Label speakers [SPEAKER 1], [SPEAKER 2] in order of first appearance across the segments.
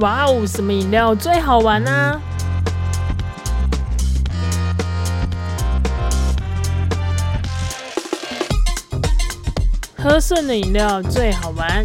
[SPEAKER 1] 哇哦，什么饮料最好玩呢、啊？喝剩的饮料最好玩。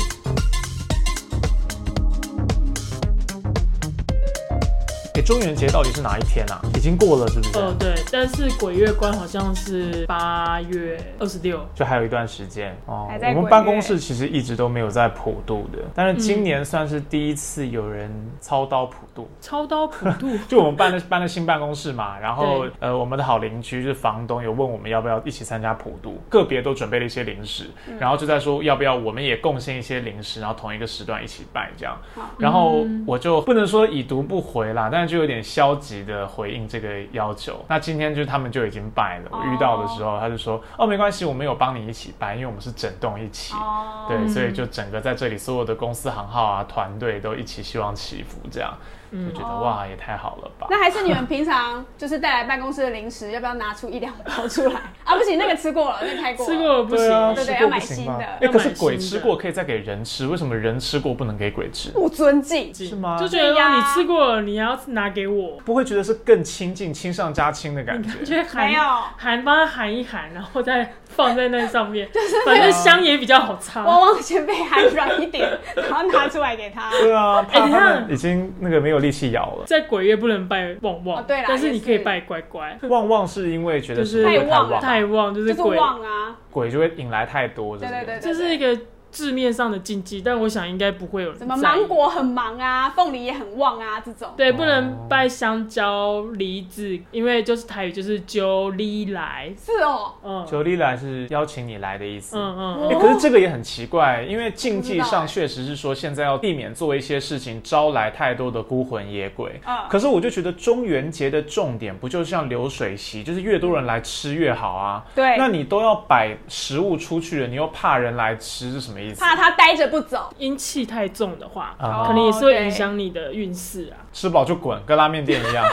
[SPEAKER 2] 哎，中元节到底是哪一天啊？已经过了是不是？
[SPEAKER 3] 嗯
[SPEAKER 1] 哦，对，但是鬼月关好像是八月二十六。
[SPEAKER 2] 就还有一段时间哦
[SPEAKER 3] 还。在
[SPEAKER 2] 我
[SPEAKER 3] 鬼
[SPEAKER 2] 们
[SPEAKER 3] 月
[SPEAKER 2] 办公室其实一直都没有在普渡的，但是今年算是第一次有人操刀普渡。
[SPEAKER 1] 超刀普 渡
[SPEAKER 2] 就我们搬了搬了新办公室嘛，然后
[SPEAKER 1] 对
[SPEAKER 2] 呃，我们的好邻居就是房东有问我们要不要一起参加普渡，个别都准备了一些零食，
[SPEAKER 3] 嗯
[SPEAKER 2] 然后就在说要不要我们也贡献一些零食，然后同一个时段一起拜这样
[SPEAKER 3] 好。嗯
[SPEAKER 2] 然后我就不能说已读不回啦，但是就有点消极的回应这个要求。那今天就是他们就已经拜了，
[SPEAKER 3] 哦
[SPEAKER 2] 我遇到的时候他就说哦没关系，我们有帮你一起拜，因为我们是整栋一起。
[SPEAKER 3] 哦，
[SPEAKER 2] 对，所以就整个在这里所有的公司行号啊、团队都一起希望祈福，这样就觉得
[SPEAKER 3] 哦
[SPEAKER 2] 哇，也太好了吧。
[SPEAKER 3] 那还是你们平常就是带来办公室的零食，要不要拿出一两包出来？ 啊，不行，那个吃过了，那个太过了。
[SPEAKER 1] 吃过了不
[SPEAKER 2] 对
[SPEAKER 1] 行，
[SPEAKER 2] 啊，
[SPEAKER 3] 对
[SPEAKER 2] 吃
[SPEAKER 3] 对
[SPEAKER 2] 过
[SPEAKER 3] 要
[SPEAKER 2] 不
[SPEAKER 3] 买
[SPEAKER 2] 行
[SPEAKER 3] 新
[SPEAKER 2] 吗
[SPEAKER 3] 的？
[SPEAKER 2] 哎，
[SPEAKER 1] 要
[SPEAKER 2] 可是
[SPEAKER 1] 买
[SPEAKER 2] 鬼
[SPEAKER 1] 新
[SPEAKER 2] 吃
[SPEAKER 1] 的
[SPEAKER 2] 过可以再给人吃，为什么人吃过不能给鬼吃？
[SPEAKER 3] 不尊敬。
[SPEAKER 1] 是
[SPEAKER 2] 吗
[SPEAKER 1] 就觉得
[SPEAKER 3] 对呀
[SPEAKER 1] 哦你吃过了，你还要拿给我，
[SPEAKER 2] 不会觉得是更亲近、亲上加亲的感觉？
[SPEAKER 1] 就含
[SPEAKER 3] 没有，
[SPEAKER 1] 含帮他含一含，然后再放在那上 面，反正香也比较好
[SPEAKER 3] 汪
[SPEAKER 1] 擦。
[SPEAKER 3] 汪先被含软一点， 然后拿出来给他。
[SPEAKER 2] 对啊，怕
[SPEAKER 1] 等一
[SPEAKER 2] 他
[SPEAKER 1] 下
[SPEAKER 2] 们已经那个没有力气咬了。
[SPEAKER 1] 在鬼月不能拜旺旺，
[SPEAKER 3] 哦对啦
[SPEAKER 1] 但是你
[SPEAKER 3] 也是
[SPEAKER 1] 可以拜乖乖，
[SPEAKER 2] 旺旺是因为觉得
[SPEAKER 1] 就是
[SPEAKER 2] 是因为
[SPEAKER 3] 太旺了
[SPEAKER 2] 旺，啊
[SPEAKER 1] 太旺就是
[SPEAKER 3] 就是
[SPEAKER 1] 鬼，
[SPEAKER 3] 旺啊，
[SPEAKER 2] 鬼就会引来太多，
[SPEAKER 3] 对对对
[SPEAKER 1] 这是一个字面上的禁忌，但我想应该不会有人
[SPEAKER 3] 什么
[SPEAKER 1] 在意
[SPEAKER 3] 芒果很忙啊，凤梨也很旺啊，这种。
[SPEAKER 1] 对，
[SPEAKER 2] 哦
[SPEAKER 1] 不能拜香蕉、梨子，因为就是台语就是揪梨来，
[SPEAKER 3] 是哦，
[SPEAKER 1] 嗯
[SPEAKER 2] 九力来是邀请你来的意思。
[SPEAKER 1] 嗯嗯，
[SPEAKER 2] 欸
[SPEAKER 1] 嗯
[SPEAKER 3] 哦
[SPEAKER 2] 可是这个也很奇怪，因为竞技
[SPEAKER 3] 不知道
[SPEAKER 2] 上
[SPEAKER 3] 欸
[SPEAKER 2] 确实是说现在要避免做一些事情招来太多的孤魂野鬼。
[SPEAKER 3] 嗯
[SPEAKER 2] 可是我就觉得中元节的重点不就是像流水席，就是越多人来吃越好啊。
[SPEAKER 3] 对
[SPEAKER 2] 那你都要摆食物出去了，你又怕人来吃，是什么意思？
[SPEAKER 3] 怕他待着不走。
[SPEAKER 1] 阴气太重的话，
[SPEAKER 2] 啊
[SPEAKER 1] 可能也是会
[SPEAKER 3] 哦
[SPEAKER 1] 影响你的运势 啊。
[SPEAKER 2] 吃饱就滚，跟拉面店一样，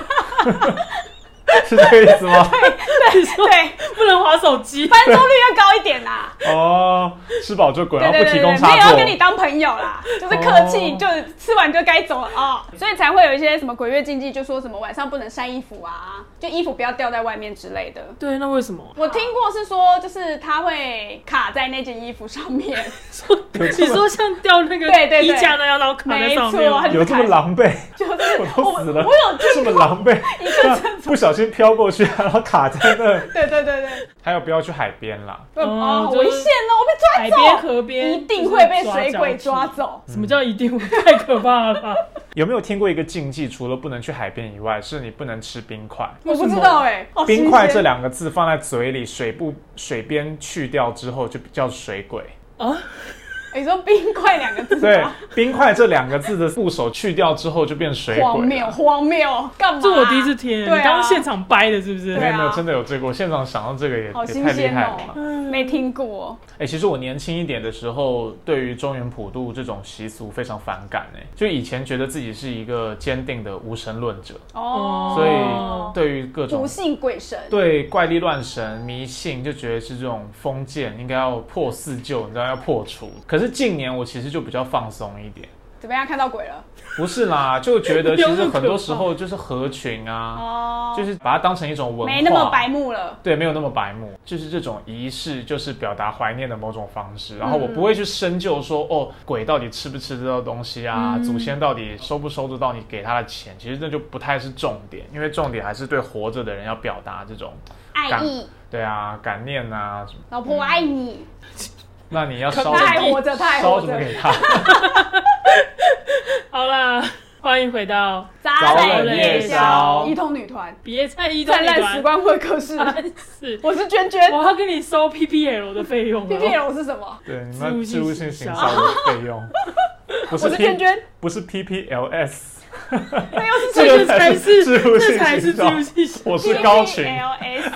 [SPEAKER 2] 是这个意思吗？
[SPEAKER 1] 你说
[SPEAKER 3] 对，
[SPEAKER 1] 不能划手机，
[SPEAKER 3] 翻桌率要高一点啦。
[SPEAKER 2] 哦，吃饱就滚，
[SPEAKER 3] 对
[SPEAKER 2] 然后
[SPEAKER 3] 对
[SPEAKER 2] 不提
[SPEAKER 3] 对
[SPEAKER 2] 供
[SPEAKER 3] 对，没
[SPEAKER 2] 插
[SPEAKER 3] 有要
[SPEAKER 2] 座
[SPEAKER 3] 跟。你当朋友啦，就是客气，
[SPEAKER 2] 哦
[SPEAKER 3] 就是吃完就该走了哦，所以才会有一些什么鬼月禁忌，就说什么晚上不能晒衣服啊，就衣服不要掉在外面之类的。
[SPEAKER 1] 对，那为什么？
[SPEAKER 3] 我听过是说，就是它会卡在那件衣服上面，
[SPEAKER 1] 你说像掉那个
[SPEAKER 3] 对对对
[SPEAKER 1] 衣架那样，然后卡在
[SPEAKER 3] 没
[SPEAKER 1] 上面吗，
[SPEAKER 3] 错
[SPEAKER 2] 有这么狼狈，
[SPEAKER 3] 就是
[SPEAKER 2] 我都死了，
[SPEAKER 3] 我有
[SPEAKER 2] 这么狼 狈，不小心飘过去，然后卡在那。
[SPEAKER 3] 对对对对，
[SPEAKER 2] 还有不要去海边啦，
[SPEAKER 3] 不
[SPEAKER 1] 哦
[SPEAKER 3] 哦，
[SPEAKER 1] 就
[SPEAKER 3] 危
[SPEAKER 1] 是
[SPEAKER 3] 险了，我
[SPEAKER 1] 海
[SPEAKER 3] 被
[SPEAKER 1] 边、
[SPEAKER 3] 抓走，
[SPEAKER 1] 河边
[SPEAKER 3] 一定会被
[SPEAKER 1] 就是
[SPEAKER 3] 水鬼抓
[SPEAKER 1] 脚
[SPEAKER 3] 走。
[SPEAKER 1] 趾。什么叫一定会？ 太可怕了吧！
[SPEAKER 2] 有没有听过一个禁忌？除了不能去海边以外，是你不能吃冰块。
[SPEAKER 3] 我不
[SPEAKER 1] 为什
[SPEAKER 3] 知
[SPEAKER 1] 么
[SPEAKER 3] 道哎，好
[SPEAKER 2] 冰块这
[SPEAKER 3] 新鲜
[SPEAKER 2] 两个字放在嘴里，水不水边去掉之后，就叫水鬼。
[SPEAKER 1] 啊，
[SPEAKER 3] 欸你说冰块两个字
[SPEAKER 2] 对
[SPEAKER 3] 吗？，
[SPEAKER 2] 冰块这两个字的部首去掉之后，就变水
[SPEAKER 3] 荒
[SPEAKER 2] 鬼啊
[SPEAKER 3] 谬
[SPEAKER 2] 了。
[SPEAKER 3] 荒谬，干嘛？
[SPEAKER 1] 这我第一次听，
[SPEAKER 3] 对啊
[SPEAKER 1] 你刚现场掰的，是不
[SPEAKER 2] 没
[SPEAKER 1] 是？
[SPEAKER 2] 有没有，
[SPEAKER 3] 对啊
[SPEAKER 2] 真的有这个，我现场想到这个也也
[SPEAKER 3] 好新
[SPEAKER 2] 太厉
[SPEAKER 3] 鲜
[SPEAKER 2] 害了
[SPEAKER 3] 哦
[SPEAKER 2] 吧。
[SPEAKER 3] 没听过。
[SPEAKER 2] 哎、其实我年轻一点的时候，对于中原普渡这种习俗非常反感、哎，就以前觉得自己是一个坚定的无神论者，
[SPEAKER 3] 哦，
[SPEAKER 2] 所
[SPEAKER 1] 哦
[SPEAKER 2] 以对于各种
[SPEAKER 3] 不信鬼神，
[SPEAKER 2] 对怪力乱神迷信，就觉得是这种封建应该要破四旧，你知道要破除。可是近年我其实就比较放松一点，
[SPEAKER 3] 怎么样？看到鬼了？
[SPEAKER 2] 不是啦，就觉 得其
[SPEAKER 1] 又是
[SPEAKER 2] 实
[SPEAKER 1] 可
[SPEAKER 2] 很多
[SPEAKER 1] 怕
[SPEAKER 2] 时候就是合群啊，
[SPEAKER 3] 哦，
[SPEAKER 2] 就是把它当成一种文化，
[SPEAKER 3] 没那么白目了。
[SPEAKER 2] 对，没有那么白目，就是这种仪式，就是表达怀念的某种方式。然后
[SPEAKER 3] 嗯
[SPEAKER 2] 我不会去深究说，哦，鬼到底吃不吃这道东西啊，
[SPEAKER 3] 嗯
[SPEAKER 2] 祖先到底收不收得到你给他的钱，其实那就不太是重点，因为重点还是对活着的人要表达这种，
[SPEAKER 3] 爱意，
[SPEAKER 2] 对啊，感念啊什么。
[SPEAKER 3] 老婆我爱你，
[SPEAKER 2] 那你要烧
[SPEAKER 1] 可
[SPEAKER 3] 他
[SPEAKER 1] 爱
[SPEAKER 3] 还
[SPEAKER 2] 什么？
[SPEAKER 3] 活着，他还
[SPEAKER 2] 嗯烧
[SPEAKER 3] 活
[SPEAKER 2] 什么
[SPEAKER 3] 着。
[SPEAKER 2] 给 他？
[SPEAKER 1] 好啦，欢迎回到
[SPEAKER 3] 砸
[SPEAKER 1] 早冷夜
[SPEAKER 2] 宵
[SPEAKER 3] 一通女团，
[SPEAKER 1] 别再一中
[SPEAKER 3] 灿烂时光会 客室，
[SPEAKER 1] 是，
[SPEAKER 3] 我是娟娟。
[SPEAKER 1] 我要跟你收 PPL 的费用了。啊
[SPEAKER 3] P P L 是什么？
[SPEAKER 2] 对，你们要
[SPEAKER 1] 植
[SPEAKER 2] 植
[SPEAKER 1] 物
[SPEAKER 2] 物
[SPEAKER 1] 性
[SPEAKER 2] 性
[SPEAKER 1] 行
[SPEAKER 2] 行
[SPEAKER 1] 销
[SPEAKER 2] 销的费 用，不
[SPEAKER 3] 我
[SPEAKER 2] 是
[SPEAKER 3] 是
[SPEAKER 2] P
[SPEAKER 3] 娟娟，
[SPEAKER 2] 不是 PPLS，
[SPEAKER 3] 那又是
[SPEAKER 1] 这
[SPEAKER 3] 谁
[SPEAKER 1] 个才是
[SPEAKER 2] 这个
[SPEAKER 1] 这才
[SPEAKER 2] 才
[SPEAKER 1] 是
[SPEAKER 2] 是
[SPEAKER 1] 自
[SPEAKER 2] 植物
[SPEAKER 1] 由
[SPEAKER 2] 性
[SPEAKER 1] 气息。
[SPEAKER 2] 我是高
[SPEAKER 3] P P
[SPEAKER 2] 群。
[SPEAKER 3] L S，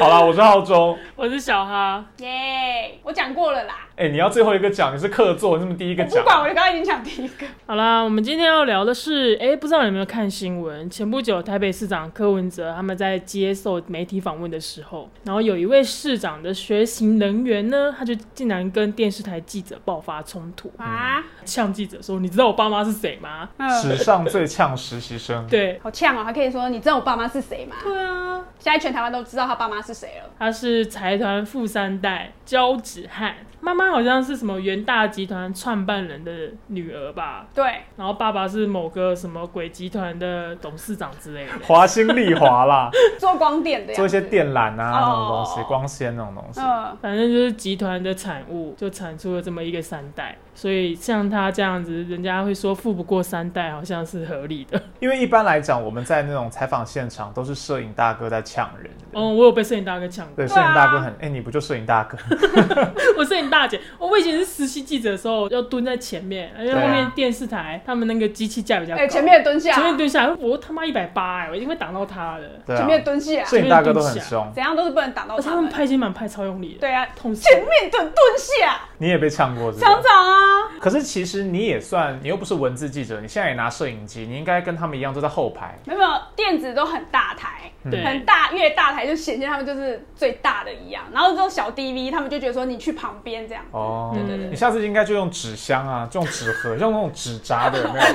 [SPEAKER 2] 好啦，我是浩中，
[SPEAKER 1] 我是小哈，
[SPEAKER 3] 耶！我讲过了啦，
[SPEAKER 2] 哎、你要最后一个讲，你是客座，你这么第一个嗯
[SPEAKER 3] 我不
[SPEAKER 2] 讲，
[SPEAKER 3] 管，我就刚刚已经讲第一个。
[SPEAKER 1] 好啦，我们今天要聊的是，哎、不知道你有没有看新闻？前不久，台北市长柯文哲他们在接受媒体访问的时候，然后有一位市长的学行人员呢，他就竟然跟电视台记者爆发冲突，
[SPEAKER 3] 啊，
[SPEAKER 1] 呛记者说：“你知道我爸妈是谁吗
[SPEAKER 2] 史
[SPEAKER 3] 嗯，
[SPEAKER 2] 上最呛实习生？”。
[SPEAKER 1] 对，
[SPEAKER 3] 好呛哦，还可以说你知道我爸妈是谁吗？
[SPEAKER 1] 对啊，
[SPEAKER 3] 现在全台湾都知道他爸妈是谁了。
[SPEAKER 1] 他是财团富三代焦子汉，妈妈好像是什么元大集团创办人的女儿吧，
[SPEAKER 3] 对，
[SPEAKER 1] 然后爸爸是某个什么鬼集团的董事长之类的。
[SPEAKER 2] 华兴丽华 啦，
[SPEAKER 3] 做光电的呀，
[SPEAKER 2] 做一些电缆啊那种东
[SPEAKER 3] 哦
[SPEAKER 2] 西，光纤那种东西。
[SPEAKER 3] 嗯，
[SPEAKER 1] 反正就是集团的产物，就产出了这么一个三代，所以像他这样子，人家会说富不过三代，好像是合理的。
[SPEAKER 2] 因为一般来讲，我们在那种采访现场都是摄影大哥在呛人。
[SPEAKER 1] 哦，我有被摄影大哥抢过，
[SPEAKER 2] 对，摄
[SPEAKER 3] 嗯对啊
[SPEAKER 2] 影大哥很，哎、你不就摄影大哥？
[SPEAKER 1] 我摄影大姐，哦我以前是实习记者的时候要蹲在前面，因为
[SPEAKER 2] 对啊
[SPEAKER 1] 后面电视台他们那个机器架比较高，
[SPEAKER 3] 哎，前面蹲下，
[SPEAKER 1] 前面蹲下来，我他妈一百八哎，我一定会挡到他的。
[SPEAKER 2] 对
[SPEAKER 3] 前
[SPEAKER 2] 啊，哦
[SPEAKER 3] 面蹲下，
[SPEAKER 2] 摄影大哥都很
[SPEAKER 1] 前
[SPEAKER 2] 凶，
[SPEAKER 3] 怎样都是不能打到
[SPEAKER 1] 而且
[SPEAKER 3] 他
[SPEAKER 1] 他们
[SPEAKER 3] 们。
[SPEAKER 1] 拍肩膀拍超用力的，
[SPEAKER 3] 对啊，
[SPEAKER 1] 痛死！
[SPEAKER 3] 前面蹲蹲下，啊
[SPEAKER 2] 你也被呛过是不
[SPEAKER 3] 厂
[SPEAKER 2] 是？
[SPEAKER 3] 长啊，
[SPEAKER 2] 可是其实你也算，你又不是文字记者，你现在也拿摄影机，你应该跟他们一样都在后排。
[SPEAKER 3] 没有没有，电子都很大台。
[SPEAKER 2] 嗯
[SPEAKER 1] 对
[SPEAKER 3] 很，大，越大台就显现他们就是最大的一样，然后这种小 DV 他们就觉得说你去旁边这样，
[SPEAKER 2] 哦，
[SPEAKER 1] 对对对
[SPEAKER 2] 你下次应该就用纸箱啊，就用纸盒， 用那种纸扎的，有没有？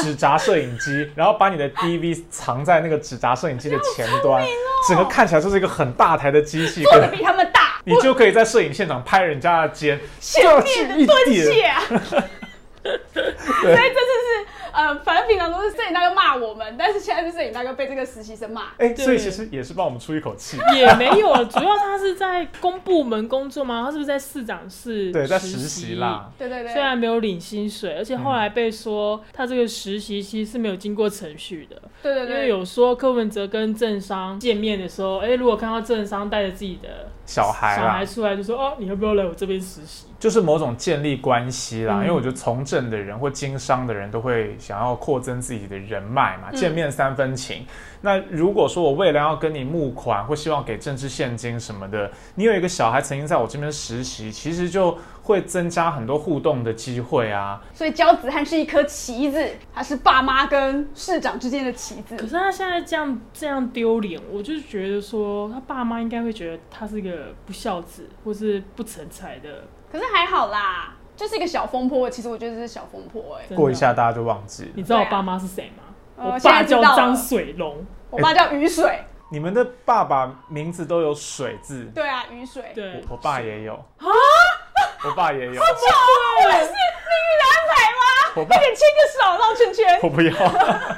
[SPEAKER 2] 纸扎摄影机，然后把你的 DV 藏在那个纸扎摄影机的前端，整个看起来就是一个很大台的机器，
[SPEAKER 3] 做的比他们大，
[SPEAKER 2] 你就可以在摄影现场拍人家的肩，
[SPEAKER 3] 前面的蹲
[SPEAKER 2] 就去一点
[SPEAKER 3] 下。啊所以这次是呃，反正平常都是摄影大哥骂我们，但是现在是摄影大哥被这个实习生骂，
[SPEAKER 2] 哎、
[SPEAKER 1] 对
[SPEAKER 2] 所以其实也是帮我们出一口气。
[SPEAKER 1] 也没有，主要他是在公部门工作吗？他是不是在市长室？
[SPEAKER 2] 对，在实习啦。，
[SPEAKER 3] 对对对，
[SPEAKER 1] 虽然没有领薪水，而且后来被说他这个实习期是没有经过程序的，
[SPEAKER 3] 对对
[SPEAKER 1] 因为
[SPEAKER 3] 对，
[SPEAKER 1] 有说柯文哲跟政商见面的时候，哎、如果看到政商带着自己的
[SPEAKER 2] 小孩
[SPEAKER 1] 小
[SPEAKER 2] 啦
[SPEAKER 1] 孩，出来，就说哦，你要不要来我这边实习？
[SPEAKER 2] 就是某种建立关系啦。
[SPEAKER 1] 嗯
[SPEAKER 2] 因为我觉得从政的人或经商的人都会想要扩增自己的人脉
[SPEAKER 1] 嗯
[SPEAKER 2] 嘛，见面三分情。那如果说我未来要跟你募款，或希望给政治现金什么的，你有一个小孩曾经在我这边实习，其实就会增加很多互动的机会啊。
[SPEAKER 3] 所以焦子汉是一颗棋子，他是爸妈跟市长之间的棋
[SPEAKER 1] 可
[SPEAKER 3] 子，
[SPEAKER 1] 是他现在这样这样丢脸，我就觉得说他爸妈应该会觉得他是一个不孝子或是不成才的。
[SPEAKER 3] 可是还好啦，就是一个小风波，其实我觉得这是小风波哎、
[SPEAKER 1] 真的
[SPEAKER 2] 过一下，大家就忘记了
[SPEAKER 1] 你。知道我
[SPEAKER 3] 对啊
[SPEAKER 1] 爸妈是谁吗？
[SPEAKER 3] 呃
[SPEAKER 1] 我
[SPEAKER 3] 现
[SPEAKER 1] 爸
[SPEAKER 3] 在知道
[SPEAKER 1] 叫
[SPEAKER 3] 了
[SPEAKER 1] 张水龙，
[SPEAKER 3] 我爸叫雨水，
[SPEAKER 2] 你们的爸爸名字都有水字，
[SPEAKER 3] 对啊，雨水，
[SPEAKER 1] 对
[SPEAKER 2] 我，我爸也有啊，我爸也有，
[SPEAKER 3] 我哦们是命运的安排吗？
[SPEAKER 2] 我爸
[SPEAKER 3] 快点牵个手绕圈 圈。
[SPEAKER 2] 我不要。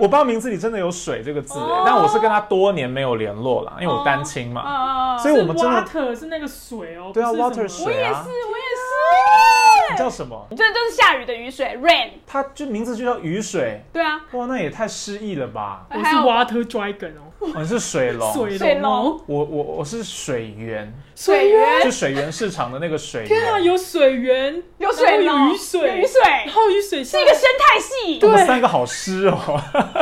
[SPEAKER 2] 我爸名字里真的有“水”这个字，欸
[SPEAKER 3] 哦
[SPEAKER 2] 但我是跟他多年没有联络了，因为我单亲
[SPEAKER 1] 哦
[SPEAKER 2] 嘛。
[SPEAKER 3] 嗯
[SPEAKER 2] 所以我们真的
[SPEAKER 1] water 是那个水哦，
[SPEAKER 2] 对啊
[SPEAKER 1] 不是什么
[SPEAKER 2] ，water
[SPEAKER 3] 我
[SPEAKER 2] 水
[SPEAKER 3] 也
[SPEAKER 2] 啊
[SPEAKER 3] 是，我
[SPEAKER 2] 你
[SPEAKER 1] 嗯
[SPEAKER 3] 也是。
[SPEAKER 2] 叫什么？
[SPEAKER 3] 这就是下雨的雨水，rain。
[SPEAKER 2] 他就名字就叫雨水。
[SPEAKER 3] 对啊，
[SPEAKER 2] 哇，那也太诗意了吧！
[SPEAKER 1] 我
[SPEAKER 3] 还
[SPEAKER 1] 是
[SPEAKER 3] 有
[SPEAKER 1] water dragon 哦，
[SPEAKER 2] 我是水龙，
[SPEAKER 1] 水
[SPEAKER 3] 水
[SPEAKER 1] 龙哦
[SPEAKER 3] 龙，
[SPEAKER 2] 我我我是水源，
[SPEAKER 1] 水源，
[SPEAKER 2] 就水源市场的那个水
[SPEAKER 1] 哎天啊，
[SPEAKER 2] 源。
[SPEAKER 1] 有水源，
[SPEAKER 3] 有水
[SPEAKER 1] 然后哎
[SPEAKER 3] 龙，
[SPEAKER 1] 有雨水，
[SPEAKER 3] 有雨水，
[SPEAKER 1] 然后雨水
[SPEAKER 3] 是
[SPEAKER 1] 是
[SPEAKER 3] 一个生态系。
[SPEAKER 2] 我们
[SPEAKER 1] 对
[SPEAKER 2] 三个好湿哦，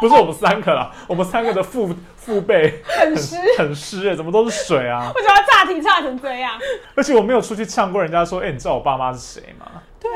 [SPEAKER 2] 不是我们三个啦，我们三个的父父辈
[SPEAKER 3] 很湿。
[SPEAKER 2] 很湿哎，怎么都是水啊？
[SPEAKER 3] 为什么要炸题炸成这样？
[SPEAKER 2] 而且我没有出去呛过人家说，哎、你知道我爸妈是谁吗？
[SPEAKER 3] 不会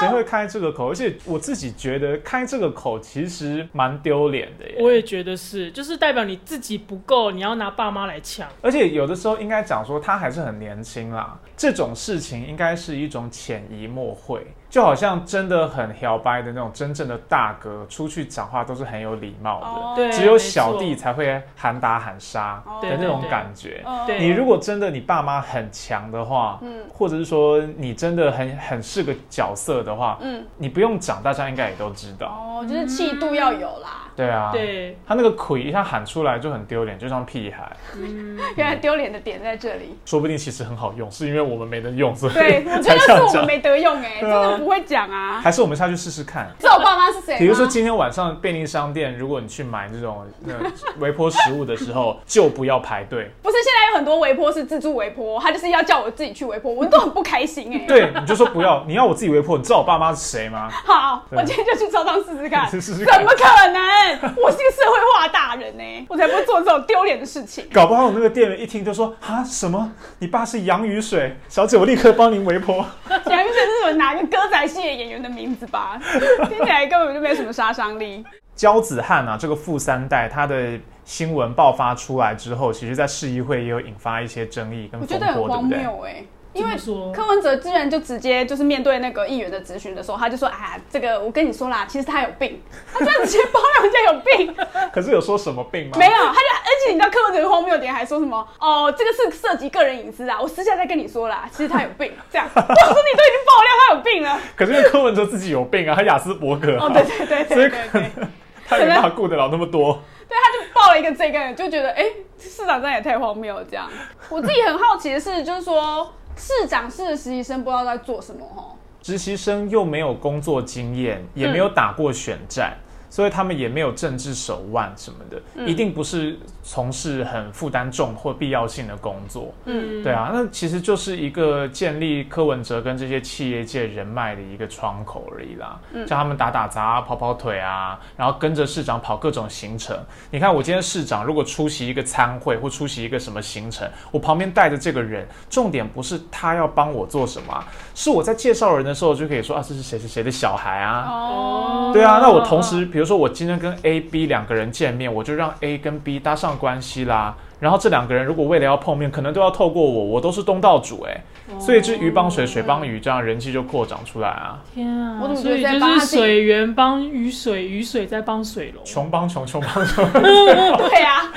[SPEAKER 2] 谁
[SPEAKER 3] 啊，
[SPEAKER 2] 会开这个口？而且我自己觉得开这个口其实蛮丢脸的耶。
[SPEAKER 1] 我也觉得是，就是代表你自己不够，你要拿爸妈来抢。
[SPEAKER 2] 而且有的时候应该讲说他还是很年轻啦，这种事情应该是一种潜移默会，就好像真的很摇摆的那种真正的大哥出去讲话都是很有礼貌的，
[SPEAKER 3] 哦
[SPEAKER 1] 对，
[SPEAKER 2] 只有
[SPEAKER 1] 没
[SPEAKER 2] 小
[SPEAKER 1] 错
[SPEAKER 2] 弟才会喊打喊杀
[SPEAKER 3] 哦
[SPEAKER 2] 的那
[SPEAKER 1] 对对
[SPEAKER 2] 种
[SPEAKER 1] 对哦
[SPEAKER 2] 感觉。
[SPEAKER 3] 嗯
[SPEAKER 1] 对
[SPEAKER 2] 你如果真的你爸妈很强的话，
[SPEAKER 3] 嗯
[SPEAKER 2] 或者是说你真的很很是个角色的话，
[SPEAKER 3] 嗯，
[SPEAKER 2] 你不用讲，大家应该也都知道。
[SPEAKER 3] 哦，就是气度要有啦。
[SPEAKER 2] 对啊，
[SPEAKER 1] 对，
[SPEAKER 2] 他那个鬼一下喊出来就很丢脸，就像屁孩。
[SPEAKER 1] 嗯，
[SPEAKER 3] 原来丢脸的点在这里。
[SPEAKER 2] 说不定其实很好用，是因为我们没能用，所以
[SPEAKER 3] 对，我觉
[SPEAKER 2] 才这
[SPEAKER 3] 得是
[SPEAKER 2] 样
[SPEAKER 3] 我们
[SPEAKER 2] 讲。
[SPEAKER 3] 没得用哎，真
[SPEAKER 2] 对啊
[SPEAKER 3] 的不会讲啊。
[SPEAKER 2] 还是我们下去试试看。
[SPEAKER 3] 知道我爸妈是谁吗？啊
[SPEAKER 2] 比如说今天晚上
[SPEAKER 3] 啊
[SPEAKER 2] 便利商店，如果你去买这种呃微波食物的时候，就不要排队。
[SPEAKER 3] 不是现在有很多微波是自助微波，他就是要叫我自己去微波，我都很不开心哎、
[SPEAKER 2] 对，你就说不要，你要我自己围破，你知道我爸妈是谁 吗？
[SPEAKER 3] 好，
[SPEAKER 2] 对啊
[SPEAKER 3] 我今天就去超商试试 看，
[SPEAKER 2] 试试看
[SPEAKER 3] 怎么可能？我是一个社会化大人呢、我才不会做这种丢脸的事 情。
[SPEAKER 2] 搞不好那个店员一听就说啊什么，你爸是洋雨水小姐，我立刻帮您围破。
[SPEAKER 3] 杨玉成是有哪个歌仔戏的演员的名字吧？听起来根本就没什么杀伤力。
[SPEAKER 2] 焦子翰啊，这个富三代，他的新闻爆发出来之后，其实在市议会也有引发一些争议跟
[SPEAKER 3] 我觉
[SPEAKER 2] 风
[SPEAKER 3] 得很
[SPEAKER 2] 波，对
[SPEAKER 3] 荒
[SPEAKER 2] 不对？
[SPEAKER 3] 谬哎、因为
[SPEAKER 1] 怎么说
[SPEAKER 3] 柯文哲竟然就直接就是面对那个议员的咨询的时候，他就说：“啊，这个我跟你说啦，其实他有 病，他居然直接包容人家有病，
[SPEAKER 2] 可是有说什么病吗？
[SPEAKER 3] 没有，他就而且你知道柯文哲的荒谬点还说什么？哦，这个是涉及个人隐私啊，我私下再跟你说啦，其实他有 病，这样，我说你都已经爆料他有病了，
[SPEAKER 2] 可是因为柯文哲自己有病啊，他雅斯伯格、啊，
[SPEAKER 3] 哦，对对对
[SPEAKER 2] 所以
[SPEAKER 3] 对对对。”
[SPEAKER 2] 他没办法顾得了那么多。
[SPEAKER 3] 对，他就报了一个这个，就觉得哎、诶市长这样也太荒谬了。 这样，我自己很好奇的是，就是说市长室的实习生不知道在做什么哦。
[SPEAKER 2] 实习生又没有工作经验，也没有打过选战。所以他们也没有政治手腕什么的，一定不是从事很负担重或必要性的工作。
[SPEAKER 3] 嗯，
[SPEAKER 2] 对啊，那其实就是一个建立柯文哲跟这些企业界人脉的一个窗口而已啦，叫他们打打杂、跑跑腿啊，然后跟着市长跑各种行程。你看，我今天市长如果出席一个参会或出席一个什么行程，我旁边带着这个人，重点不是他要帮我做什么啊、是我在介绍人的时候就可以说啊，这是谁谁谁的小孩啊，
[SPEAKER 3] 哦，
[SPEAKER 2] 对啊，那我同时，比如说我今天跟 A、B 两个人见面，我就让 A 跟 B 搭上关系啦。然后这两个人如果未来要碰面，可能都要透过我，我都是东道主哎、所以就鱼帮水，水帮鱼，这样人气就扩长出来啊。
[SPEAKER 1] 天啊！
[SPEAKER 3] 我怎么觉
[SPEAKER 1] 所
[SPEAKER 3] 得
[SPEAKER 1] 以
[SPEAKER 3] 在
[SPEAKER 1] 就
[SPEAKER 3] 帮他
[SPEAKER 1] 是
[SPEAKER 3] 自己
[SPEAKER 1] 水源帮雨水，雨水在帮水龙。
[SPEAKER 2] 穷帮穷，穷帮 穷，
[SPEAKER 3] 对啊，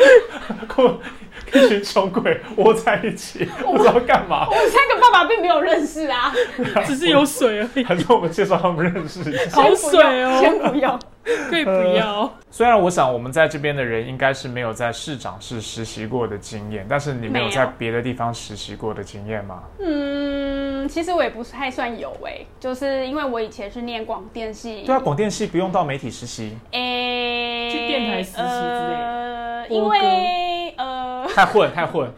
[SPEAKER 2] 跟一群穷鬼窝在一 起，不知道干嘛。
[SPEAKER 3] 我们三个爸爸并没有认识啊，
[SPEAKER 1] 只是有水而已，
[SPEAKER 2] 还是我们介绍他们认识一下。
[SPEAKER 1] 好
[SPEAKER 3] 先不用
[SPEAKER 1] 水哦
[SPEAKER 3] 先不用。
[SPEAKER 1] 可以不要。
[SPEAKER 2] 虽然我想我们在这边的人应该是没有在市长室实习过的经验，但是你没有
[SPEAKER 3] 没有
[SPEAKER 2] 在别的地方实习过的经验吗？
[SPEAKER 3] 嗯，其实我也不太算有哎、就是因为我以前是念广电系，
[SPEAKER 2] 对啊，广电系不用到媒体实习，
[SPEAKER 3] 诶、
[SPEAKER 1] 去电台实习之类
[SPEAKER 3] 呃，因
[SPEAKER 1] 播歌
[SPEAKER 3] 为呃。
[SPEAKER 2] 太混太混，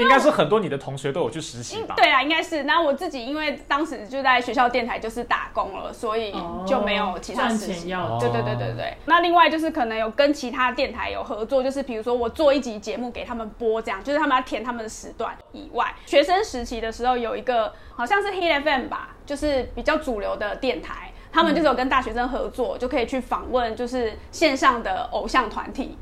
[SPEAKER 2] 应该是很多你的同学都有去实习吧？
[SPEAKER 3] 对啊啦，应该是。那我自己因为当时就在学校电台就是打工了，所以 就没有其他
[SPEAKER 1] 哦赚
[SPEAKER 3] 实
[SPEAKER 1] 钱
[SPEAKER 3] 习。
[SPEAKER 2] 哦
[SPEAKER 1] 要
[SPEAKER 3] 对对对对对。那另外就是可能有跟其他电台有合作，就是比如说我做一集节目给他们播，这样就是他们要填他们的时段以外，学生时期的时候有一个好像是 Hit FM 吧，就是比较主流的电台。他们就是有跟大学生合作，就可以去访问，就是线上的偶像团体。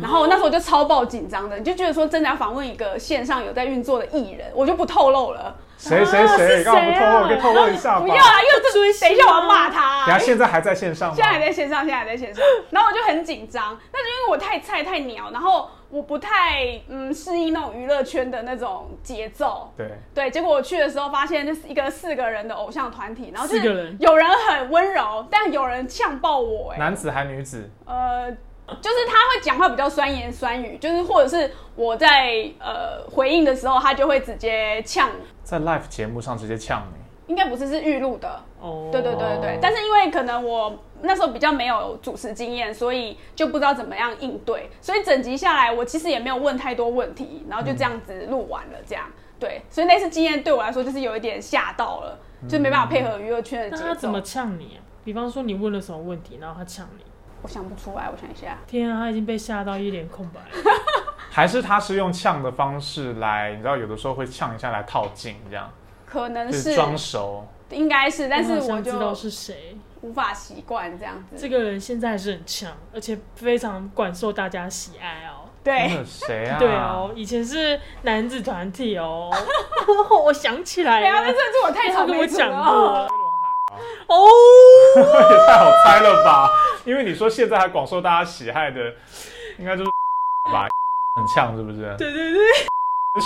[SPEAKER 3] 然后那时候我就超爆紧张的，你就觉得说真的要访问一个线上有在运作的艺人，我就不透露了。
[SPEAKER 2] 谁谁
[SPEAKER 3] 啊
[SPEAKER 2] 谁，让我们透露，可以透露一下吧
[SPEAKER 3] 不要。啊，又这等一下我要骂他、啊
[SPEAKER 2] 等下现在还在线上吗？
[SPEAKER 3] 现在还在线上，现在还在线 上，然后我就很紧张，但是因为我太菜太鸟，然后我不太嗯适应那种娱乐圈的那种节奏。
[SPEAKER 2] 对，
[SPEAKER 3] 对，结果我去的时候发现，就是一个四个人的偶像团体，然后
[SPEAKER 1] 四个
[SPEAKER 3] 是
[SPEAKER 1] 人
[SPEAKER 3] 有人很温柔，但有人呛爆我、哎，
[SPEAKER 2] 男子还女子，
[SPEAKER 3] 呃，就是他会讲话比较酸言酸语，就是或者是我在呃回应的时候，他就会直接呛，
[SPEAKER 2] 在 live 节目上直接呛你，
[SPEAKER 3] 应该不是是预录的，
[SPEAKER 1] 哦，
[SPEAKER 3] 对对对对对。但是因为可能我那时候比较没有主持经验，所以就不知道怎么样应对，所以整集下来我其实也没有问太多问题，然后就这样子录完了，这样、对，所以那次经验对我来说就是有一点吓到了，就没办法配合娱乐圈的
[SPEAKER 1] 那
[SPEAKER 3] 节
[SPEAKER 1] 他怎
[SPEAKER 3] 奏
[SPEAKER 1] 么。呛你啊？比方说你问了什么问题，然后他呛你。
[SPEAKER 3] 我想不出来，我想一下。
[SPEAKER 1] 天啊，他已经被吓到一脸空白了。
[SPEAKER 2] 还是他是用呛的方式来，你知道有的时候会呛一下来套近，这样
[SPEAKER 3] 可能
[SPEAKER 2] 就是是装熟。
[SPEAKER 3] 应该是， 但是
[SPEAKER 1] 好
[SPEAKER 3] 我
[SPEAKER 1] 嗯想知道
[SPEAKER 3] 就是
[SPEAKER 1] 谁。
[SPEAKER 3] 无法习惯这样子。
[SPEAKER 1] 这个人现在还是很强，而且非常广受大家喜爱哦。
[SPEAKER 2] 真
[SPEAKER 3] 哎对，
[SPEAKER 2] 的谁啊？
[SPEAKER 1] 对哦，以前是男子团体哦。 我想起来
[SPEAKER 3] 对啊，那
[SPEAKER 1] 了
[SPEAKER 3] 真，的是我太
[SPEAKER 1] 他
[SPEAKER 3] 草
[SPEAKER 1] 跟我
[SPEAKER 3] 莓族
[SPEAKER 1] 讲
[SPEAKER 3] 了
[SPEAKER 1] 过
[SPEAKER 2] 飞轮
[SPEAKER 3] 哦。
[SPEAKER 2] 海啊。
[SPEAKER 1] 哦。
[SPEAKER 2] 也太好猜了吧？因为你说现在还广受大家喜爱的，应该就是吧，很呛是不是？
[SPEAKER 1] 对对对，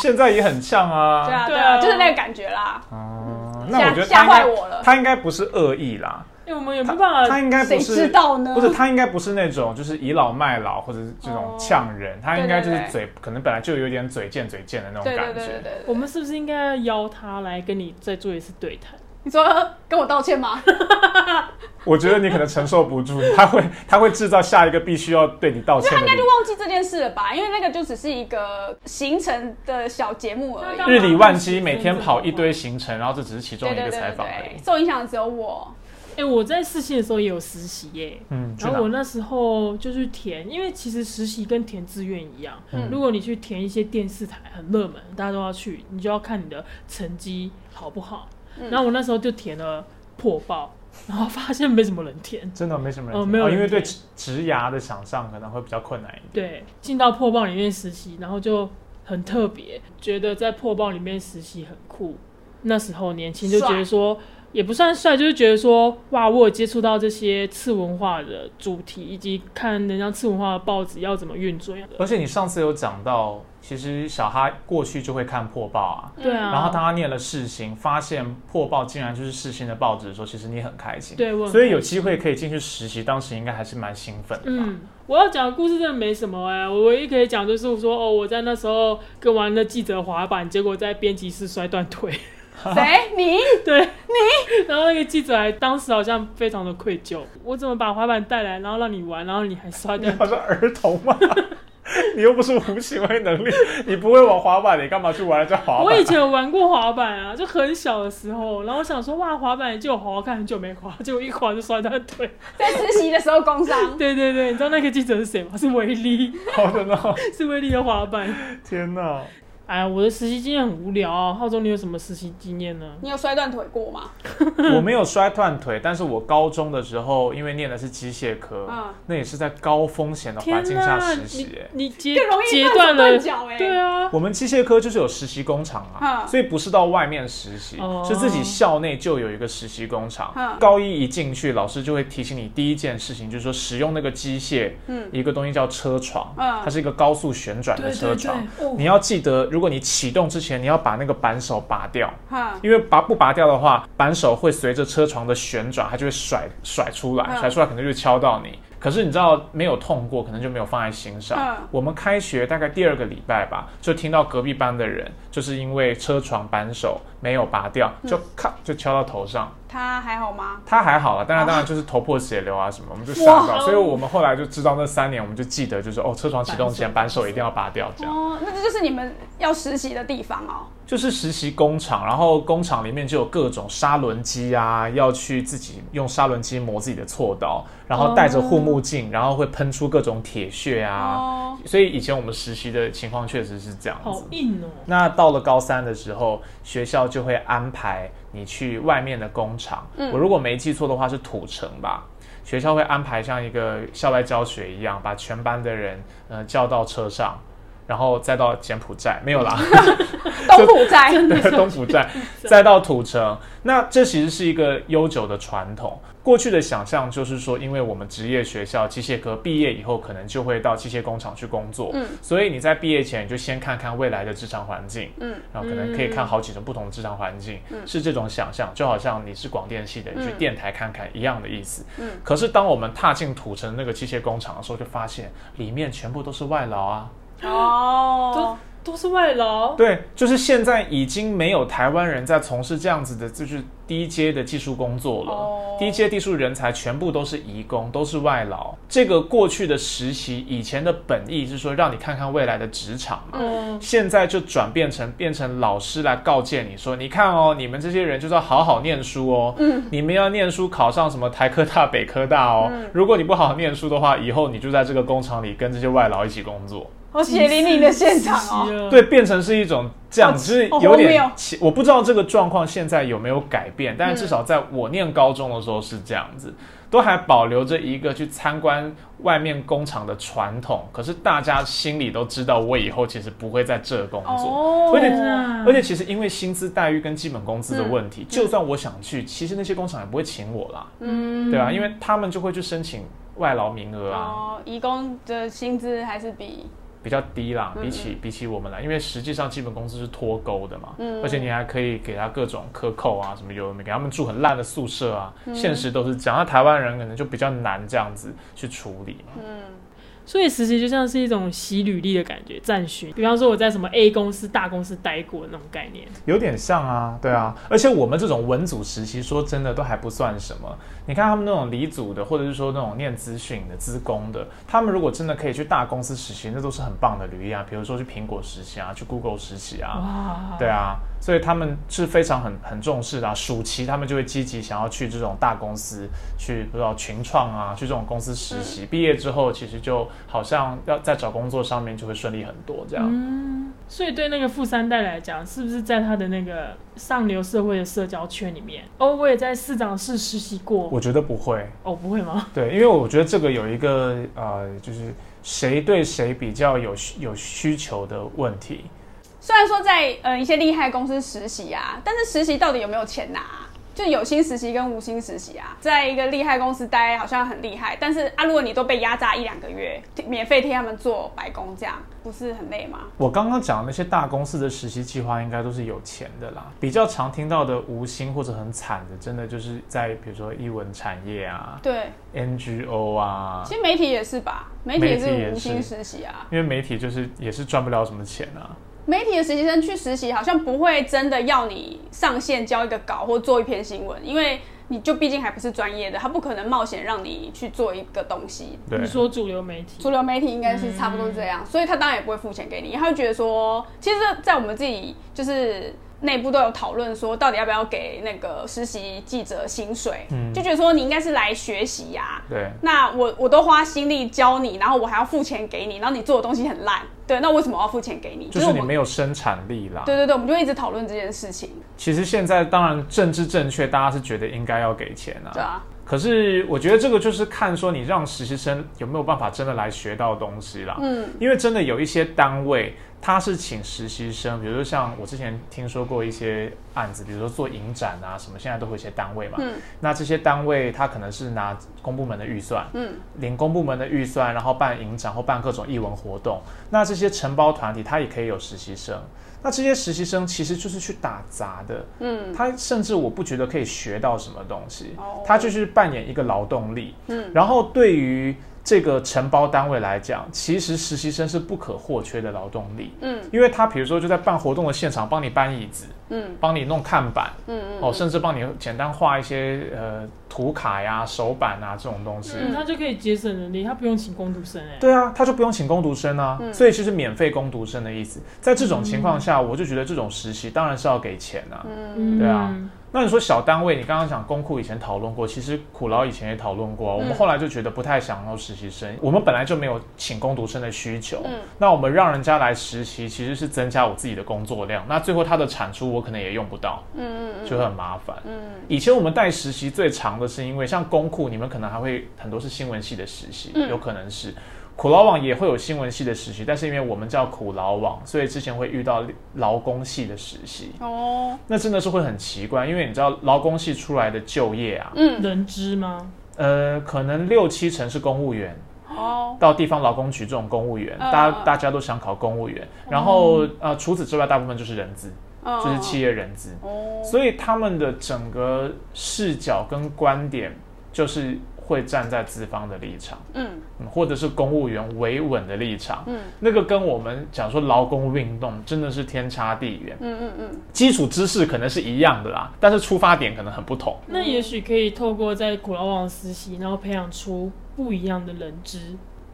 [SPEAKER 2] 现在也很呛啊。
[SPEAKER 3] 对啊，对
[SPEAKER 1] 对
[SPEAKER 3] 啊，
[SPEAKER 1] 啊
[SPEAKER 3] 就是那个感觉啦，
[SPEAKER 2] 哦那我觉
[SPEAKER 3] 嗯
[SPEAKER 2] 得他
[SPEAKER 3] 吓吓
[SPEAKER 2] 应该
[SPEAKER 3] 坏我了。
[SPEAKER 2] 他应该不是恶意啦，
[SPEAKER 1] 哎、我们有没
[SPEAKER 2] 他
[SPEAKER 1] 有办
[SPEAKER 2] 他
[SPEAKER 1] 法？
[SPEAKER 2] 应该
[SPEAKER 3] 谁
[SPEAKER 2] 不
[SPEAKER 3] 知
[SPEAKER 2] 是。
[SPEAKER 3] 道呢？
[SPEAKER 2] 不是，他应该不是那种就是倚老卖老或者是这种
[SPEAKER 1] 哦
[SPEAKER 2] 呛人，他应该就是
[SPEAKER 3] 对对对
[SPEAKER 2] 嘴可能本来就有点嘴贱嘴贱的那种
[SPEAKER 3] 对对
[SPEAKER 2] 感
[SPEAKER 3] 对对
[SPEAKER 2] 觉。
[SPEAKER 3] 对对
[SPEAKER 1] 我们是不是应该要邀他来跟你再做一次对谈？
[SPEAKER 3] 你说跟我道歉吗？
[SPEAKER 2] 我觉得你可能承受不住， 他会他会制造下一个必须要对你道歉
[SPEAKER 3] 他
[SPEAKER 2] 的
[SPEAKER 3] 应
[SPEAKER 2] 理
[SPEAKER 3] 该
[SPEAKER 2] 由
[SPEAKER 3] 就。 忘记这件事了吧？因为那个就只是一个行程的小节目而已。
[SPEAKER 1] 那
[SPEAKER 2] 日理万机，每天跑一堆行程，然后这只是其中
[SPEAKER 3] 对
[SPEAKER 2] 一
[SPEAKER 3] 对
[SPEAKER 2] 个
[SPEAKER 3] 对
[SPEAKER 2] 采
[SPEAKER 3] 对
[SPEAKER 2] 访而
[SPEAKER 3] 对
[SPEAKER 2] 已，。
[SPEAKER 3] 受影响的只有我。
[SPEAKER 1] 哎、我在四期的时候也有实习耶、
[SPEAKER 2] 嗯，去
[SPEAKER 1] 然
[SPEAKER 2] 哪
[SPEAKER 1] 后我？那时候就去填，因为其实实习跟填志愿一样，
[SPEAKER 2] 嗯
[SPEAKER 1] 如果你去填一些电视台很热门，大家都要去，你就要看你的成绩好不好。
[SPEAKER 3] 嗯
[SPEAKER 1] 然后我那时候就填了破报，然后发现没什么人填。
[SPEAKER 2] 真的没什么人
[SPEAKER 1] 哦
[SPEAKER 2] 听，
[SPEAKER 1] 没有人
[SPEAKER 2] 因为对
[SPEAKER 1] 听
[SPEAKER 2] 职职涯的想象可能会比较困难一点。
[SPEAKER 1] 对，进到破报里面实习，然后就很特别，觉得在破报里面实习很酷。那时候年轻就觉得说，也不算帅，就是觉得说，哇，我有接触到这些次文化的主题，以及看人家次文化的报纸要怎么运作。
[SPEAKER 2] 而且你上次有讲到，其实小哈过去就会看破报啊，
[SPEAKER 3] 嗯
[SPEAKER 1] 对啊，
[SPEAKER 2] 然后他念了世新，发现破报竟然就是世新的报纸的时候，其实你很开心。
[SPEAKER 1] 对我很
[SPEAKER 2] 所以
[SPEAKER 1] 开
[SPEAKER 2] 有机会可以进去实习，当时应该还是蛮兴奋的 吧。
[SPEAKER 1] 嗯，我要讲的故事真的没什么哎、我唯一可以讲就是我说哦，我在那时候跟玩了记者滑板，结果在编辑室摔断腿，
[SPEAKER 3] 谁？你？
[SPEAKER 1] 对你，然后那个记者还当时好像非常的愧疚，我怎么把滑板带来，然后让你玩，然后你还摔
[SPEAKER 2] 你
[SPEAKER 1] 断，
[SPEAKER 2] 好像儿童嘛，你又不是无行为能力，你不会玩滑板，你干嘛去玩人家滑板？
[SPEAKER 1] 我以前有玩过滑板啊，就很小的时候，然后我想说哇，滑板就有滑，看很久没滑，结果一滑就摔断腿，
[SPEAKER 3] 在实习的时候工伤。
[SPEAKER 1] 对对对，你知道那个记者是谁吗？是威力，
[SPEAKER 2] 好哦的呢，
[SPEAKER 1] 是威力的滑板。
[SPEAKER 2] 天哪！
[SPEAKER 1] 哎呀，我的实习经验很无聊啊，浩中你有什么实习经验呢？
[SPEAKER 3] 你有摔断腿过吗？
[SPEAKER 2] 我没有摔断腿，但是我高中的时候，因为念的是机械科，
[SPEAKER 3] 嗯
[SPEAKER 2] 那也是在高风险的
[SPEAKER 1] 天
[SPEAKER 2] 环境下
[SPEAKER 1] 呐
[SPEAKER 2] 实习、欸。
[SPEAKER 1] 你你截
[SPEAKER 3] 更容易
[SPEAKER 1] 截
[SPEAKER 3] 断
[SPEAKER 1] 断
[SPEAKER 3] 手
[SPEAKER 1] 了
[SPEAKER 3] 断脚欸
[SPEAKER 1] 对 啊，
[SPEAKER 2] 我们机械科就是有实习工厂啊，
[SPEAKER 3] 嗯
[SPEAKER 2] 所以不是到外面实习，
[SPEAKER 1] 哦
[SPEAKER 2] 是自己校内就有一个实习工厂。
[SPEAKER 3] 嗯
[SPEAKER 2] 高一一进去，老师就会提醒你第一件事情，就是说使用那个机械，
[SPEAKER 3] 嗯
[SPEAKER 2] 一个东西叫车床，
[SPEAKER 3] 嗯
[SPEAKER 2] 它是一个高速旋转的车床。
[SPEAKER 1] 哦
[SPEAKER 2] 你要记得，如果你启动之前，你要把那个扳手拔掉，
[SPEAKER 3] 哈，
[SPEAKER 2] 因为拔不拔掉的话，扳手会随着车床的旋转，它就会甩甩出来，
[SPEAKER 3] 嗯
[SPEAKER 2] 甩出来可能就敲到你。可是你知道没有痛过，可能就没有放在心上。
[SPEAKER 3] 嗯
[SPEAKER 2] 我们开学大概第二个礼拜吧，就听到隔壁班的人就是因为车床扳手没有拔掉，就咔就敲到头上。
[SPEAKER 3] 他还好吗？
[SPEAKER 2] 他还好了，当然当然就是头破血流啊什么，我们就吓到，所以我们后来就知道那三年，我们就记得就是哦，车床启动前扳手一定要拔掉，这样
[SPEAKER 3] 哦，那这就是你们要实习的地方哦。
[SPEAKER 2] 就是实习工厂，然后工厂里面就有各种砂轮机啊，要去自己用砂轮机磨自己的锉刀，然后戴着护目镜，然后会喷出各种铁屑啊，
[SPEAKER 3] 哦，
[SPEAKER 2] 所以以前我们实习的情况确实是这样子
[SPEAKER 1] 好。硬哦。
[SPEAKER 2] 那到了高三的时候，学校就会安排你去外面的工厂。我如果没记错的话，是土城吧？学校会安排像一个校外教学一样，把全班的人呃叫到车上，然后再到柬埔寨，没有啦，
[SPEAKER 3] 东埔寨。
[SPEAKER 2] 对， 东埔寨，再到土城。那这其实是一个悠久的传统。过去的想象就是说，因为我们职业学校机械科毕业以后，可能就会到机械工厂去工作，
[SPEAKER 3] 嗯
[SPEAKER 2] 所以你在毕业前你就先看看未来的职场环境，
[SPEAKER 3] 嗯
[SPEAKER 2] 然后可能可以看好几种不同的职场环境，是这种想象，就好像你是广电系的，你去
[SPEAKER 3] 嗯
[SPEAKER 2] 电台看看一样的意思。
[SPEAKER 3] 嗯
[SPEAKER 2] 可是当我们踏进土城那个机械工厂的时候，就发现里面全部都是外劳啊。
[SPEAKER 1] 都
[SPEAKER 3] 哦，
[SPEAKER 1] 都是外劳，
[SPEAKER 2] 对，就是现在已经没有台湾人在从事这样子的，就是低阶的技术工作了。
[SPEAKER 3] 哦
[SPEAKER 2] 低阶技术人才全部都是移工，都是外劳。这个过去的实习以前的本意是说让你看看未来的职场嘛。
[SPEAKER 3] 哦
[SPEAKER 1] 嗯，
[SPEAKER 2] 现在就转变成变成老师来告诫你说，你看哦，你们这些人就是要好好念书哦，嗯，你们要念书考上什么台科大、北科大哦。如果你不好好念书的话，以后你就在这个工厂里跟这些外劳一起工作。
[SPEAKER 3] 好血淋淋的现场哦。
[SPEAKER 1] 对，
[SPEAKER 2] 对，变成是一种这样，就是
[SPEAKER 3] 好
[SPEAKER 2] 有点
[SPEAKER 3] 哦荒谬
[SPEAKER 2] 奇，我不知道这个状况现在有没有改变，但是至少在我念高中的时候是这样子，都还保留着一个去参观外面工厂的传统。可是大家心里都知道，我以后其实不会在这工作。
[SPEAKER 3] 哦
[SPEAKER 2] 而且
[SPEAKER 1] 啊
[SPEAKER 2] 而且其实因为薪资待遇跟基本工
[SPEAKER 3] 嗯
[SPEAKER 2] 资的问题，就算我想去，其实那些工厂也不会请我啦，
[SPEAKER 1] 嗯
[SPEAKER 2] 对啊，因为他们就会去申请外劳名额啊。
[SPEAKER 3] 哦，义工的薪资还是比
[SPEAKER 2] 比较低
[SPEAKER 3] 嗯
[SPEAKER 2] 啦，比起比起我们来，因为实际上基本工资是脱钩的嘛，
[SPEAKER 3] 嗯
[SPEAKER 2] 而且你还可以给他各种克扣啊，什么有的没，给他们住很烂的宿
[SPEAKER 3] 嗯
[SPEAKER 2] 啊舍啊，现实都是这样。那台湾人可能就比较难这样子去处理嘛。
[SPEAKER 3] 嗯，
[SPEAKER 1] 所以实习就像是一种洗履历的感觉，战训。比方说我在什么 A 公司、大公司待过那种概念。
[SPEAKER 2] 有点像啊，对啊，而且我们这种文组实习，说真的都还不算什么。你看他们那种理组的，或者是说那种念资讯的、资工的，他们如果真的可以去大公司实习，那都是很棒的履历啊。比如说去苹果实习啊，去 Google 实习啊，
[SPEAKER 1] 哇，
[SPEAKER 2] 对啊，所以他们是非常很很重视的、啊。暑期他们就会积极想要去这种大公司，去不知道群创啊，去这种公司实习。毕业之后，其实就好像要在找工作上面就会顺利很多这样。
[SPEAKER 1] 嗯，所以对那个富三代来讲，是不是在他的那个上流社会的社交圈里面？哦，我也在市长室实习过。
[SPEAKER 2] 我觉得不会，
[SPEAKER 1] 哦，不会吗？
[SPEAKER 2] 对，因为我觉得这个有一个呃，就是谁对谁比较有需有需求的问题。
[SPEAKER 3] 虽然说在呃一些厉害公司实习啊，但是实习到底有没有钱拿、啊就有薪实习跟无薪实习啊，在一个厉害公司待好像很厉害，但是啊，如果你都被压榨一两个月，免费替他们做白工，这样不是很累吗？
[SPEAKER 2] 我刚刚讲的那些大公司的实习计划，应该都是有钱的啦。比较常听到的无薪或者很惨的，真的就是在比如说艺文产业啊、
[SPEAKER 3] 对，
[SPEAKER 2] NGO 啊，
[SPEAKER 3] 其实媒体也是吧，媒体也
[SPEAKER 2] 媒体也
[SPEAKER 3] 是
[SPEAKER 2] 是
[SPEAKER 3] 无薪实习啊。
[SPEAKER 2] 因为媒体就是也是赚不了什么钱啊。
[SPEAKER 3] 媒体的实习生去实习，好像不会真的要你上线交一个稿或做一篇新闻，因为你就毕竟还不是专业的，他不可能冒险让你去做一个东西。
[SPEAKER 2] 对
[SPEAKER 1] 你，说主流媒体
[SPEAKER 3] 主流媒体应该是差不多是这样，所以他当然也不会付钱给你，他会觉得说，其实，在我们自己就是内部都有讨论说，到底要不要给那个实习记者薪水，
[SPEAKER 2] 嗯
[SPEAKER 3] 就觉得说你应该是来学习呀、
[SPEAKER 2] 对，
[SPEAKER 3] 那我我都花心力教你，然后我还要付钱给你，然后你做的东西很烂，对，那为什么我要付钱给你？
[SPEAKER 2] 就是
[SPEAKER 3] 我
[SPEAKER 2] 你
[SPEAKER 3] 们
[SPEAKER 2] 没有生产力啦。
[SPEAKER 3] 对对对，我们就一直讨论这件事情，
[SPEAKER 2] 其实现在当然政治正确，大家是觉得应该要给钱啊。
[SPEAKER 3] 对啊，
[SPEAKER 2] 可是我觉得这个就是看说你让实习生有没有办法真的来学到东西啦。
[SPEAKER 3] 嗯，
[SPEAKER 2] 因为真的有一些单位，他是请实习生，比如说像我之前听说过一些案子，比如说做影展啊什么，现在都会有一些单位嘛。
[SPEAKER 3] 嗯
[SPEAKER 2] 那这些单位他可能是拿公部门的预算，
[SPEAKER 3] 嗯，
[SPEAKER 2] 领公部门的预算，然后办影展或办各种艺文活动。那这些承包团体他也可以有实习生。那这些实习生其实就是去打杂的，
[SPEAKER 3] 嗯，
[SPEAKER 2] 他甚至我不觉得可以学到什么东西
[SPEAKER 3] 哦，
[SPEAKER 2] 他就是扮演一个劳动力，
[SPEAKER 3] 嗯，
[SPEAKER 2] 然后对于这个承包单位来讲，其实实习生是不可或缺的劳动力，
[SPEAKER 3] 嗯，
[SPEAKER 2] 因为他比如说就在办活动的现场帮你搬椅子，
[SPEAKER 3] 嗯，
[SPEAKER 2] 帮你弄看板，
[SPEAKER 3] 嗯嗯
[SPEAKER 2] 哦，甚至帮你简单画一些呃图卡呀、手板啊这种东西，
[SPEAKER 1] 嗯，他就可以节省人力，他不用请工读生哎、
[SPEAKER 2] 对啊，他就不用请工读生啊，所以就是免费工读生的意思。在这种情况下，我就觉得这种实习当然是要给钱啊。
[SPEAKER 1] 嗯
[SPEAKER 2] 对啊，那你说小单位，你刚刚讲工库以前讨论过，其实苦劳以前也讨论过啊、我们后来就觉得不太想要实习生，我们本来就没有请工读生的需求。
[SPEAKER 3] 嗯
[SPEAKER 2] 那我们让人家来实习，其实是增加我自己的工作量，那最后他的产出我可能也用不到，
[SPEAKER 3] 嗯嗯嗯
[SPEAKER 2] 就会很麻烦。
[SPEAKER 3] 嗯
[SPEAKER 2] 以前我们带实习最长的是因为像工库，你们可能还会很多是新闻系的实习，
[SPEAKER 3] 嗯
[SPEAKER 2] 有可能是苦劳网也会有新闻系的实习，但是因为我们叫苦劳网，所以之前会遇到劳工系的实习，
[SPEAKER 3] 嗯，哦，
[SPEAKER 2] 那真的是会很奇怪，因为你知道劳工系出来的就业啊，
[SPEAKER 3] 嗯
[SPEAKER 1] 人资吗？
[SPEAKER 2] 呃，可能六七成是公务员，
[SPEAKER 3] 哦，
[SPEAKER 2] 到地方劳工局这种公务员，
[SPEAKER 3] 嗯
[SPEAKER 2] 大
[SPEAKER 3] 嗯嗯
[SPEAKER 2] 大家都想考公务员，然后呃，除此之外，大部分就是人资，
[SPEAKER 3] 嗯
[SPEAKER 2] 就是企业人资。
[SPEAKER 3] 哦，
[SPEAKER 2] 所以他们的整个视角跟观点就是会站在资方的立场，
[SPEAKER 3] 嗯
[SPEAKER 2] 嗯或者是公务员维稳的立场。
[SPEAKER 3] 嗯
[SPEAKER 2] 那个跟我们讲说劳工运动真的是天差地远，
[SPEAKER 3] 嗯嗯嗯。
[SPEAKER 2] 基础知识可能是一样的啦，但是出发点可能很不同。
[SPEAKER 1] 那也许可以透过在古老网实习，然后培养出不一样的人资，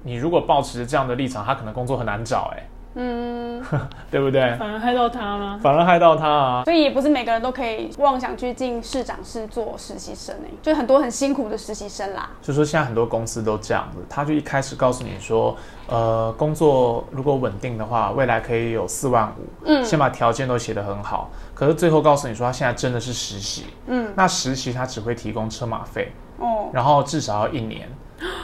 [SPEAKER 2] 你如果抱持这样的立场，他可能工作很难找、欸，
[SPEAKER 3] 嗯，
[SPEAKER 2] 对不对？
[SPEAKER 1] 反而害到他吗？
[SPEAKER 2] 反而害到他啊。
[SPEAKER 3] 所以也不是每个人都可以妄想去进市长室做实习生哎、就很多很辛苦的实习生啦。
[SPEAKER 2] 就说现在很多公司都这样子，他就一开始告诉你说，呃，工作如果稳定的话，未来可以有四万五，
[SPEAKER 3] 嗯
[SPEAKER 2] 先把条件都写得很好，可是最后告诉你说他现在真的是实习，
[SPEAKER 3] 嗯，
[SPEAKER 2] 那实习他只会提供车马费，
[SPEAKER 3] 哦，
[SPEAKER 2] 然后至少要一 年，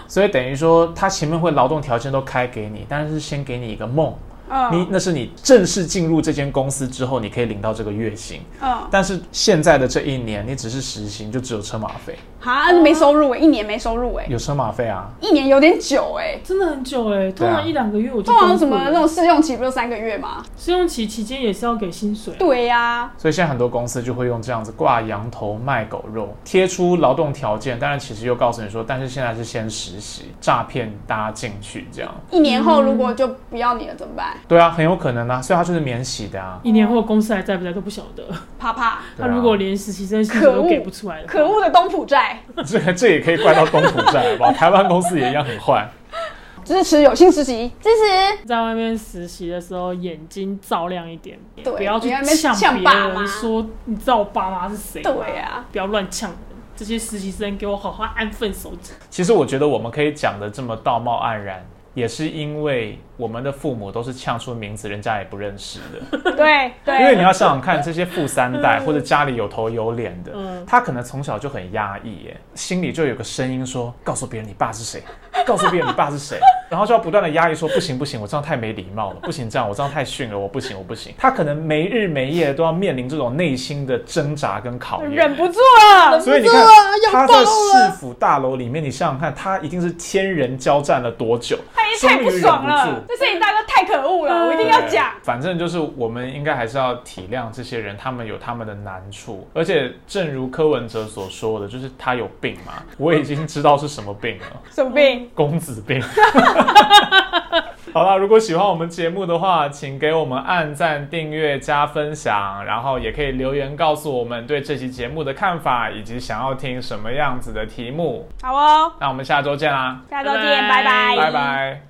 [SPEAKER 2] 所以等于说他前面会劳动条件都开给你，但是先给你一个梦，
[SPEAKER 3] 嗯
[SPEAKER 2] 你那是你正式进入这间公司之后，你可以领到这个月薪。
[SPEAKER 3] 嗯，
[SPEAKER 2] 但是现在的这一年，你只是实薪，就只有车马费，
[SPEAKER 3] 哈，没收入哎、一年没收入哎、
[SPEAKER 2] 有车马费啊。
[SPEAKER 3] 一年有点久哎、
[SPEAKER 1] 真的很久哎、通
[SPEAKER 2] 对啊
[SPEAKER 1] 常一两个月我就
[SPEAKER 3] 通常什
[SPEAKER 1] 崩溃
[SPEAKER 3] 么
[SPEAKER 1] 了
[SPEAKER 3] 那种试用期不就三个月吗？
[SPEAKER 1] 试用期期间也是要给薪水、啊，
[SPEAKER 3] 对呀、
[SPEAKER 2] 所以现在很多公司就会用这样子挂羊头卖狗肉，贴出劳动条件，但是其实又告诉你说，但是现在是先实习，诈骗大家进去这样。
[SPEAKER 3] 一年后如果就不要你了怎么办？
[SPEAKER 2] 对啊，很有可能啊，所以他就是免洗的啊。
[SPEAKER 1] 一年后公司还在不在都不晓得。
[SPEAKER 3] 啪啪，
[SPEAKER 2] 对
[SPEAKER 1] 他
[SPEAKER 2] 啊
[SPEAKER 1] 如果连实习生薪水都给不出来的话，
[SPEAKER 3] 可恶的东浦债，
[SPEAKER 2] 这个这也可以怪到东土债，好不好？ 台湾公司也一样很坏。
[SPEAKER 3] 支持有薪实习，支持。
[SPEAKER 1] 在外面实习的时候眼睛照亮一点，
[SPEAKER 3] 对
[SPEAKER 1] 不要去
[SPEAKER 3] 不要在那边
[SPEAKER 1] 呛
[SPEAKER 3] 呛
[SPEAKER 1] 别
[SPEAKER 3] 爸妈
[SPEAKER 1] 人说你知道我爸妈是谁吗？
[SPEAKER 3] 对啊
[SPEAKER 1] 不要乱呛人。这些实习生给我好好安分守己。
[SPEAKER 2] 其实我觉得我们可以讲的这么道貌岸然，也是因为我们的父母都是呛出名字人家也不认识的。
[SPEAKER 3] 对对，嗯
[SPEAKER 2] 因为你要想想看，这些富三代或者家里有头有脸的
[SPEAKER 1] 嗯，
[SPEAKER 2] 他可能从小就很压抑，耶，心里就有个声音说：告诉别人你爸是谁，告诉别人你爸是谁， 然后就要不断的压抑说：不行不行，我这样太没礼貌了，不行这样我这样太逊了，我不行我不行。他可能没日没夜都要面临这种内心的挣扎跟考验，
[SPEAKER 3] 忍不住了，
[SPEAKER 2] 所以你
[SPEAKER 3] 忍
[SPEAKER 2] 看
[SPEAKER 3] 不住了，要
[SPEAKER 2] 他
[SPEAKER 3] 爆
[SPEAKER 2] 在
[SPEAKER 3] 了
[SPEAKER 2] 市，府大楼里面，你想想看，他一定是天人交战了多久，
[SPEAKER 3] 他也太不爽了，这事情大哥太可恶了，我一定要讲。
[SPEAKER 2] 反正就是我们应该还是要体谅这些人，他们有他们的难处，而且正如柯文哲所说的，就是他有病 嘛，我已经知道是什么病 了，
[SPEAKER 3] 什么病？
[SPEAKER 2] 公子病。 好啦，如果喜欢我们节目的话，请给我们按赞、订阅、加分享，然后也可以留言告诉我们对这期节目的看法，以及想要听什么样子的题目。
[SPEAKER 3] 好哦，
[SPEAKER 2] 那我们下周见啦，
[SPEAKER 3] 下周见，拜
[SPEAKER 1] 拜
[SPEAKER 2] 拜拜。